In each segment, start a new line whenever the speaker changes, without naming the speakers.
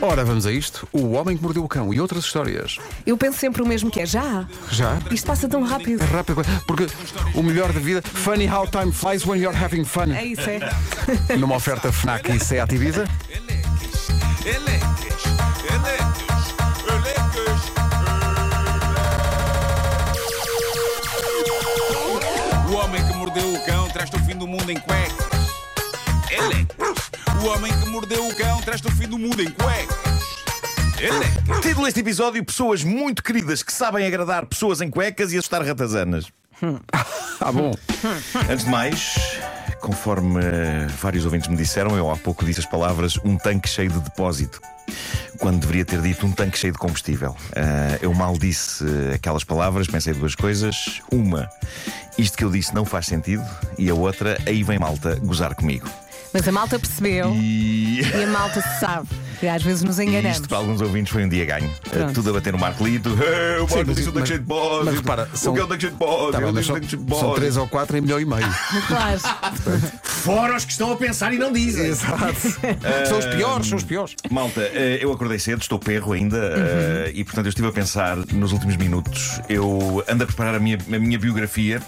Ora, vamos a isto. O Homem que Mordeu o Cão e outras histórias.
Eu penso sempre o mesmo que é já.
Já?
Isto passa tão rápido.
É rápido, porque o melhor da vida. Funny how time flies when you're having fun.
É isso, é.
Numa oferta FNAC e SEAT Ibiza.
Eleques, eleques, eleques, eleques. O homem que mordeu o cão traz-te o fim do mundo em cuecas. Eleques. O homem que mordeu o cão traz-te o fim do mundo em cuecas. é. Eleques.
Título deste episódio: Pessoas muito queridas que sabem agradar pessoas em cuecas e assustar ratazanas.
Ah, bom.
Antes de mais, conforme eh, vários ouvintes me disseram, eu há pouco disse as palavras um tanque cheio de depósito. Quando deveria ter dito um tanque cheio de combustível. Ah, eu mal disse eh, aquelas palavras, pensei duas coisas. Uma, isto que eu disse não faz sentido. E a outra, aí vem malta gozar comigo.
Mas a malta percebeu
E.
e a malta sabe que às vezes nos
E
enganamos.
isto para alguns ouvintes foi um dia ganho.
Pronto.
Tudo a bater no martelito. Eh, O
Sim,
Marco
mas-
disse um tanque
mas-
cheio de bode.
mas repara, são-
o que é um tanque cheio de bode?
Tá bem,
Eu
mas
disse um
são,
tanque cheio de
são
bode.
três ou quatro em milhão e meio.
Claro.
Fora os que estão a pensar e não dizem.
Eh,
são os piores, são os piores.
Malta, eh, eu acordei cedo, estou perro ainda eh,
Uhum.
e, portanto, eu estive a pensar nos últimos minutos. Eu ando a preparar a minha, a minha biografia.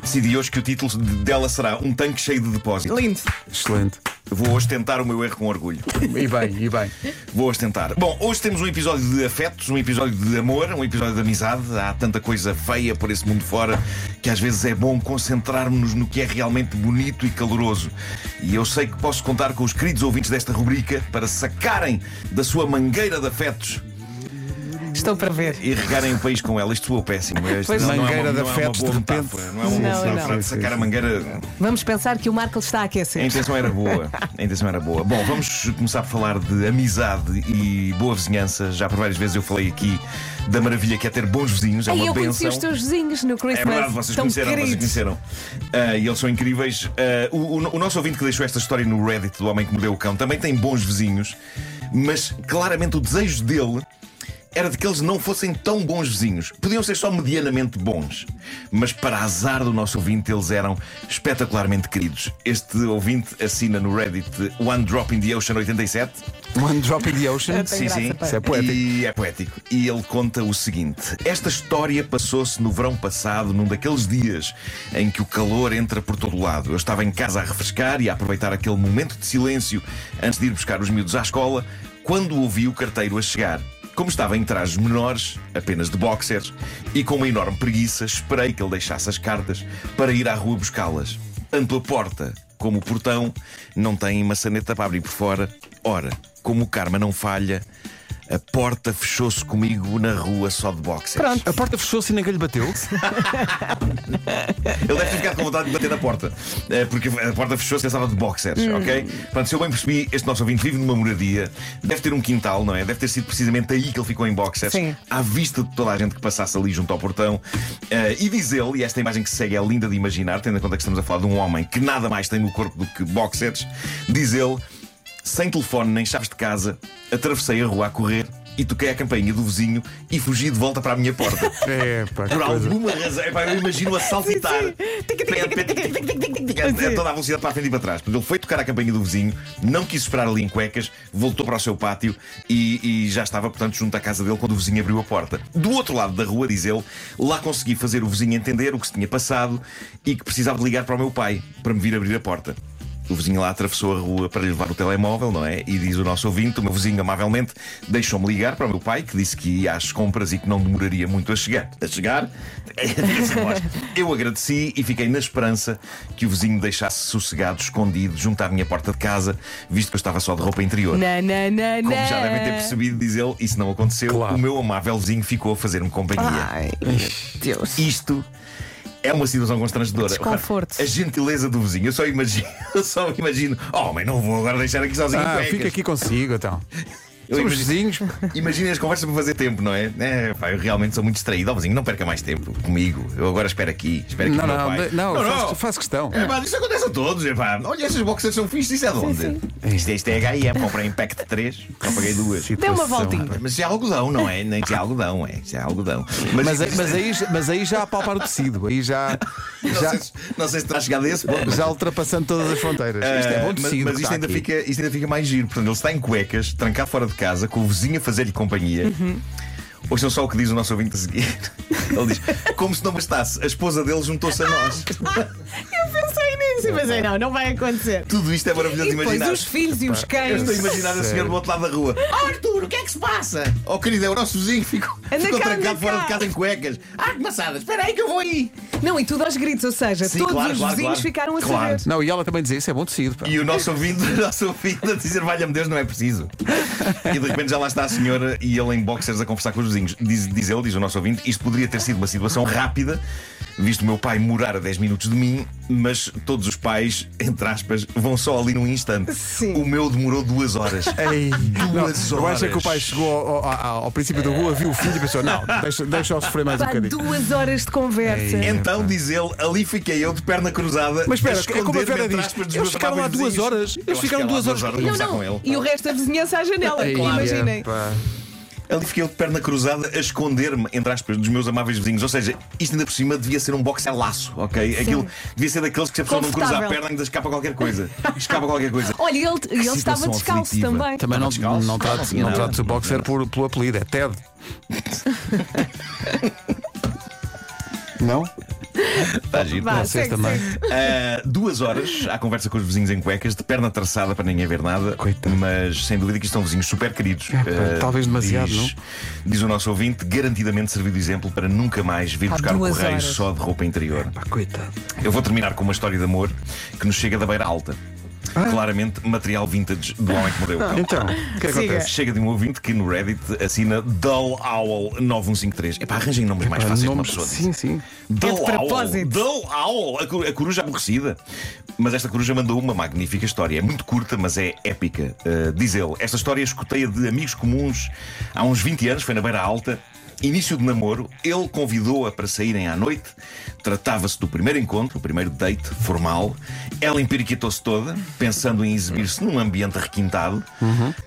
Decidi hoje que o título de- dela será Um Tanque Cheio de Depósito.
Lindo.
Excelente.
Vou hoje tentar o meu erro com orgulho.
E bem, e bem.
Vou hoje tentar. Bom, hoje temos um episódio de afetos, um episódio de amor, um episódio de amizade. Há tanta coisa feia por esse mundo fora que às vezes é bom concentrarmos-nos no que é realmente bonito e caloroso. E eu sei que posso contar com os queridos ouvintes desta rubrica para sacarem da sua mangueira de afetos
Estou para ver.
e regarem o país com ela. Isto soou péssimo. Isto
Pois
não,
Mangueira
é uma,
de
não é uma
afetos,
boa
de repente.
metáfora, Não é uma boa
Não, não.
metáfora de sacar a mangueira.
Vamos pensar que o Marco está a
A
aquecer.
intenção era boa. A intenção era boa. Bom, vamos começar por falar de amizade e boa vizinhança. Já por várias vezes eu falei aqui da maravilha que é ter bons vizinhos. É
Aí
uma
eu conheci
benção.
os teus vizinhos no
É
Christmas.
verdade, vocês
Tão
conheceram, vocês
queridos.
conheceram. Ah, e eles são incríveis. Ah, o, o- o nosso ouvinte que deixou esta história no Reddit do Homem que Mordeu o Cão também tem bons vizinhos, mas claramente o desejo dele era de que eles não fossem tão bons vizinhos. Podiam ser só medianamente bons, mas para azar do nosso ouvinte, eles eram espetacularmente queridos. Este ouvinte assina no Reddit One Drop in the Ocean 87.
One drop in the ocean.
Tem graça, pá.
Isso é poético.
E é poético. E ele conta o seguinte: Esta história passou-se no verão passado, num daqueles dias em que o calor entra por todo lado. Eu estava em casa a refrescar e a aproveitar aquele momento de silêncio antes de ir buscar os miúdos à escola, quando ouvi o carteiro a chegar. Como estava em trajes menores, apenas de boxers, e com uma enorme preguiça, esperei que ele deixasse as cartas para ir à rua buscá-las. Tanto a porta como o portão não têm maçaneta para abrir por fora. Ora, como o karma não falha, a porta fechou-se comigo na rua só de boxers.
Pronto.
A porta fechou-se e ninguém lhe bateu.
Ele deve ter ficado com vontade de bater na porta. eh, Porque a porta fechou-se e ele estava de boxers, ok? Portanto, se eu bem percebi, este nosso ouvinte vive numa moradia, deve ter um quintal, não é? Deve ter sido precisamente aí que ele ficou em boxers,
Sim.
à vista de toda a gente que passasse ali junto ao portão. Eh, e diz ele, e esta imagem que segue é linda de imaginar, tendo em conta que estamos a falar de um homem que nada mais tem no corpo do que boxers, diz ele, sem telefone nem chaves de casa, atravessei a rua a correr. E toquei a campainha do vizinho e fugi de volta para a minha porta.
É, pá, que
Por
coisa.
alguma razão, epá, eu imagino a saltitar.
Sim, sim. Tic, tic, tic, tic, tic, tic, tic, tic, tic.
A toda a velocidade para a frente e para trás. Portanto, Ele foi tocar a campainha do vizinho, não quis esperar ali em cuecas, voltou para o seu pátio e, e já estava, portanto, junto à casa dele quando o vizinho abriu a porta. Do outro lado da rua, diz ele, lá consegui fazer o vizinho entender o que se tinha passado e que precisava de ligar para o meu pai para me vir abrir a porta. O vizinho lá atravessou a rua para lhe levar o telemóvel, não é? E diz o nosso ouvinte, o meu vizinho amavelmente deixou-me ligar para o meu pai, que disse que ia às compras e que não demoraria muito a chegar. A chegar? É Eu agradeci e fiquei na esperança que o vizinho deixasse sossegado, escondido, junto à minha porta de casa, visto que eu estava só de roupa interior.
Na, na, na,
Como
na.
já devem ter percebido, diz ele, isso não aconteceu.
Claro.
O meu amável vizinho ficou a fazer-me companhia.
Ai, meu Deus.
Isto é uma situação constrangedora.
Desconforto.
A gentileza do vizinho. Eu só imagino, eu só imagino. Oh, mas não vou agora deixar aqui sozinho. em
Ah,
cuecas."
fica aqui consigo, então.
Eu
São os
imagino-
vizinhos.
Imaginem as conversas para fazer tempo, não é? É, pá, eu realmente sou muito distraído. Ó, vizinho, não perca mais tempo comigo. Eu agora espero aqui. Espero aqui
Não,
com o meu
não,
pai.
de- não, faz- faz questão.
É, pá, isso acontece a todos. É, pá. Olha, essas boxers são fixas. Isso é de onde? Isto, é- isto é HM. Comprei Impact 3. Só paguei duas.
Deu uma
Situação.
voltinha.
Mas isso é algodão, não é? Nem isso é algodão, é. Isso é algodão. é
Mas, aí- mas aí, mas aí já a palpar o tecido, aí já,
Não,
já,
sei, se- não sei se terá chegado a esse ponto. mas-
já ultrapassando todas as fronteiras. Isto é bom
mas-
tecido.
Eh, mas
que
isto,
tá
está
ainda
aqui.
fica, isto ainda fica mais giro. Portanto, ele está em cuecas, trancado fora de casa com o vizinho a fazer-lhe companhia.
Uhum.
Ouçam só o que diz o nosso ouvinte a seguir. Ele diz: Como se não bastasse, a esposa dele juntou-se a nós.
Eu pensei nisso e pensei, não, não vai acontecer.
Tudo isto é maravilhoso
E
de
depois
imaginar.
os filhos e os
Eu estou a
cães.
imaginar a senhora do outro lado da rua. Oh, Arthur, o que é que se passa? Oh, querido, é o nosso vizinho que ficou,
Anda
ficou
cá,
trancado
anda
fora
cá.
de casa em cuecas. Ah, que maçada, espera aí que eu vou aí.
Não, e tudo aos gritos, ou seja,
Sim,
todos
claro,
os
claro,
vizinhos
claro.
ficaram a
Claro.
saber.
Não, e ela também dizia isso é bom tecido. pá.
E o nosso ouvido, o nosso ouvido a dizer, valha-me Deus, não é preciso. E de repente já lá está a senhora e ele em boxers a conversar com os vizinhos. Diz, diz ele, diz o nosso ouvinte, isto poderia ter sido uma situação rápida, visto o meu pai morar a 10 minutos de mim, mas todos os pais, entre aspas, vão só ali num instante.
Sim.
O meu demorou duas horas.
Ei, não,
Duas
eu acho é
horas.
que o pai chegou ao, ao- ao- ao princípio da rua, viu o filho e pensou: não, deixa- deixa-o sofrer mais um
Há
bocadinho.
duas horas de conversa.
Ei.
Então, diz ele, ali fiquei eu de perna cruzada.
Mas espera,
a
é como a Vera
esconder-me, entre
diz,
aspas, dos
eles
meus
ficaram lá
amáveis
duas
vizinhos.
horas, eles
Eu acho que
ficaram
lá
duas horas.
horas a
E eu
conversar com ele.
não. E o resto da vizinhança à janela,
Ei,
imaginem.
pá.
Ali fiquei eu de perna cruzada a esconder-me, entre aspas, dos meus amáveis vizinhos. Ou seja, isto ainda por cima devia ser um boxer laço, ok? Aquilo devia ser daqueles que se a pessoa não cruza a
Confortável.
perna ainda escapa qualquer coisa. Escapa qualquer coisa.
Olha, ele, ele estava
situação
descalço
aflitiva.
também.
Também não, não,
descalço? Não
trates,
tinha
não
nada.
trates o boxer por, pelo apelido, é Ted. Não?
Está giro.
Vá,
Não, vocês
segue,
também.
segue.
Ah, duas horas à conversa com os vizinhos em cuecas, de perna traçada para ninguém ver nada.
Coitado. É,
Mas sem dúvida que estão vizinhos super queridos.
pá,
Ah,
talvez demasiado,
diz,
não?
Diz o nosso ouvinte, garantidamente servido de exemplo para nunca mais vir
Pá,
buscar o
duas
correio
horas.
só de roupa interior.
Pá, coitado.
Eu vou terminar com uma história de amor que nos chega da beira alta. Claramente, material vintage do homem que mordeu o cão.
Então, o que é que
Siga.
acontece?
Chega de um ouvinte que no Reddit assina Dull Owl 9153. Epá, arranjem nomes mais
Pá,
fáceis para uma
nomes-
pessoa.
sim, sim.
É de
Dull Owl,
propósito.
Dull Owl, a coru- a coruja aborrecida. Mas esta coruja mandou uma magnífica história. É muito curta, mas é épica. Uh, diz ele, esta história escutei de amigos comuns há uns 20 anos, foi na Beira Alta. Início de namoro, ele convidou-a para saírem à noite. Tratava-se do primeiro encontro, o primeiro date formal. Ela empiriquitou-se toda, pensando em exibir-se num ambiente requintado.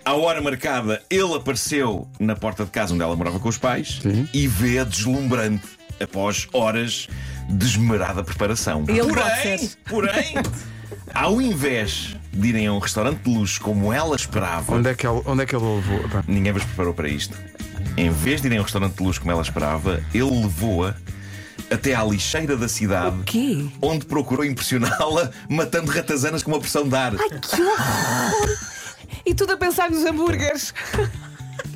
À hora marcada, ele apareceu na porta de casa onde ela morava com os pais e vê-a deslumbrante após horas de esmerada preparação.
Ele pode
porém,
ser.
porém, ao invés de irem a um restaurante de luxo como ela esperava,
Onde é que ele, onde é que ele levou? Pá,
ninguém vos preparou para isto. Em vez de irem a um restaurante de luxo como ela esperava, ele levou-a até à lixeira da cidade,
quê?
onde procurou impressioná-la matando ratazanas com uma pressão de ar.
Ai, que horror! E tudo a pensar nos hambúrgueres.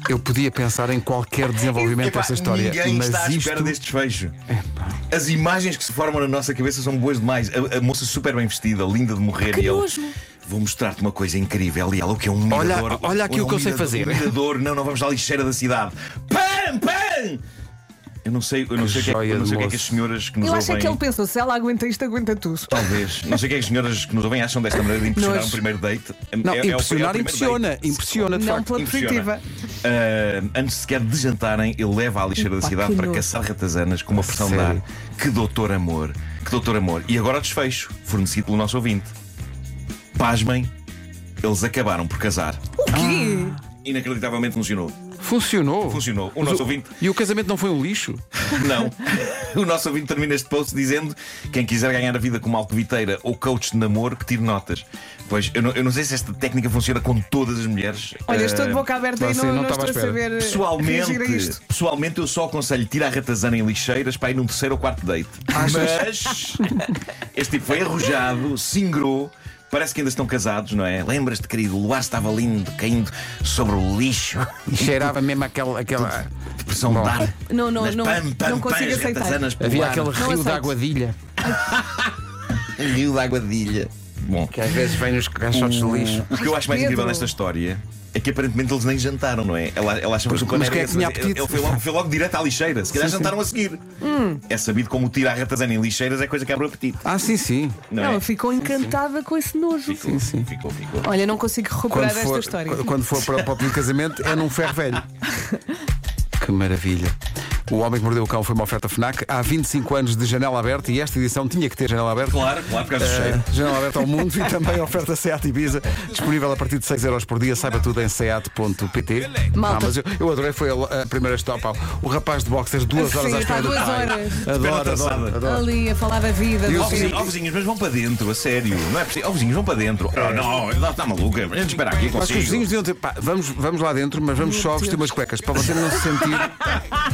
Eu podia pensar em qualquer desenvolvimento
Epá,
desta história,
Ninguém
mas
está à
isto.
espera deste desfecho.
É,
As imagens que se formam na nossa cabeça são boas demais. A, a moça super bem vestida, linda de morrer.
Que
e ele,
nojo.
Vou mostrar-te uma coisa incrível. E ela, o que é um
Olha-
mirador?
olha aqui
Olha
o que
um
eu sei
mirador-
fazer.
Um mirador, não, não vamos à lixeira da cidade. Pam, pam! Eu não sei, eu não
Que
sei, o que, é, que- eu
joia
não
de
sei o que é
moço.
que as senhoras que nos
Eu acho é
ouvem.
que ele pensou: se ela aguenta isto, aguenta tudo.
Talvez. Não sei o que é que as senhoras que nos ouvem acham desta maneira de impressionar
Nojo.
um primeiro date.
Não,
É- é o- é o
impressionar
primeiro
impressiona,
date.
impressiona de
Não
facto.
pela
Impressiona.
perspectiva.
Ah, antes sequer de jantarem, ele leva à lixeira da
Epá,
cidade
que
para
nojo.
caçar ratazanas com uma pressão de ar.
Sério?
Que doutor amor, que doutor amor. E agora o desfecho, fornecido pelo nosso ouvinte. Pasmem, eles acabaram por casar.
O quê?
Inacreditavelmente funcionou.
Funcionou.
Funcionou. O
Mas
nosso ouvinte-
E o casamento não foi um lixo?
Não. o nosso ouvinte termina este post dizendo: quem quiser ganhar a vida como alcoviteira ou coach de namoro, que tire notas. Pois, eu não, eu não sei se esta técnica funciona com todas as mulheres.
Olha,
Ah,
estou de boca aberta e
você
não,
não
não
estava
estou a
à espera.
saber. eh, reagir a
Pessoalmente,
isto.
pessoalmente, eu só aconselho tirar a ratazana em lixeiras para ir num terceiro ou quarto date. Mas este tipo foi arrojado, singrou. Parece que ainda estão casados, não é? Lembras-te, querido, o luar estava lindo, caindo sobre o lixo.
Cheirava mesmo aquela. aquela...
Pressão de ar.
Não, não,
Mas
não.
pam, pam,
não
pam,
consigo
as
aceitar.
ratazanas
Havia
pularam.
aquele rio
aceito.
de aguadilha.
rio da aguadilha. Bom,
Que às vezes vem nos caixotes de lixo.
o que eu acho mais
Pedro.
incrível nesta história é que aparentemente eles nem jantaram, não é? Ela, ela achava que o
mas
era
quem é que
esse,
tinha
mas
apetite?
Ele foi logo, foi logo direto à lixeira. Se calhar
Sim, sim.
jantaram a seguir.
Hum.
É sabido como tirar ratazana em lixeiras é coisa que abre o apetite.
Ah, sim, sim.
Não,
Não,
é?
ficou encantada com esse nojo.
Sim, sim.
Ficou, ficou.
Olha, não consigo recuperar
Quando
esta
for,
história.
quando for para, para o próprio casamento, é num ferro velho. Que maravilha. O Homem que Mordeu o Cão foi uma oferta FNAC. Há 25 anos de janela aberta e esta edição tinha que ter janela aberta.
Claro, claro, por causa
É,
do cheiro.
Janela aberta ao mundo e também a oferta SEAT Ibiza, disponível a partir de 6 euros por dia. Saiba tudo em seat.pt.
Malta.
Ah, mas eu, eu adorei, foi a, a primeira estopa. O rapaz de boxers, duas horas
Sim,
à
está
espera do
duas
pai.
horas.
Adoro,
traçada.
adoro, adoro.
Ali a falar da vida.
E
do
o
Ó vizinho-
tempo.
ó vizinhos, mas vão para dentro, a sério. Não é possível. Ó vizinhos, vão para dentro. Oh, não, está tá maluca. A gente espera aqui,
Acho É. que os vizinhos
consigo.
deviam ter. pá, vamos, vamos lá dentro, mas vamos só vestir umas cuecas para você não se sentir.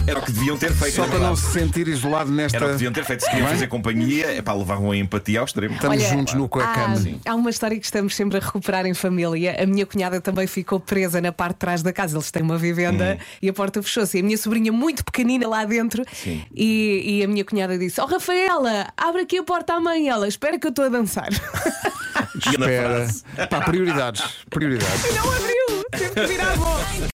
Era o que deviam ter feito.
Só
é
para
verdade.
não se sentir isolado nesta.
Era o que deviam ter feito. Se queriam fazer companhia, é para levavam a empatia ao extremo.
Estamos
Olha,
juntos no cuecam.
Há, há uma história que estamos sempre a recuperar em família. A minha cunhada também ficou presa na parte de trás da casa. Eles têm uma
Uhum.
vivenda e a porta fechou-se. E a minha sobrinha, muito pequenina lá dentro, e, e a minha cunhada disse: Oh, Rafaela, abre aqui a porta à mãe. E Ela, espera que eu estou a dançar.
E na
Espera.
frase.
Pá, prioridades. Prioridades.
Não abriu, teve que virar a voz.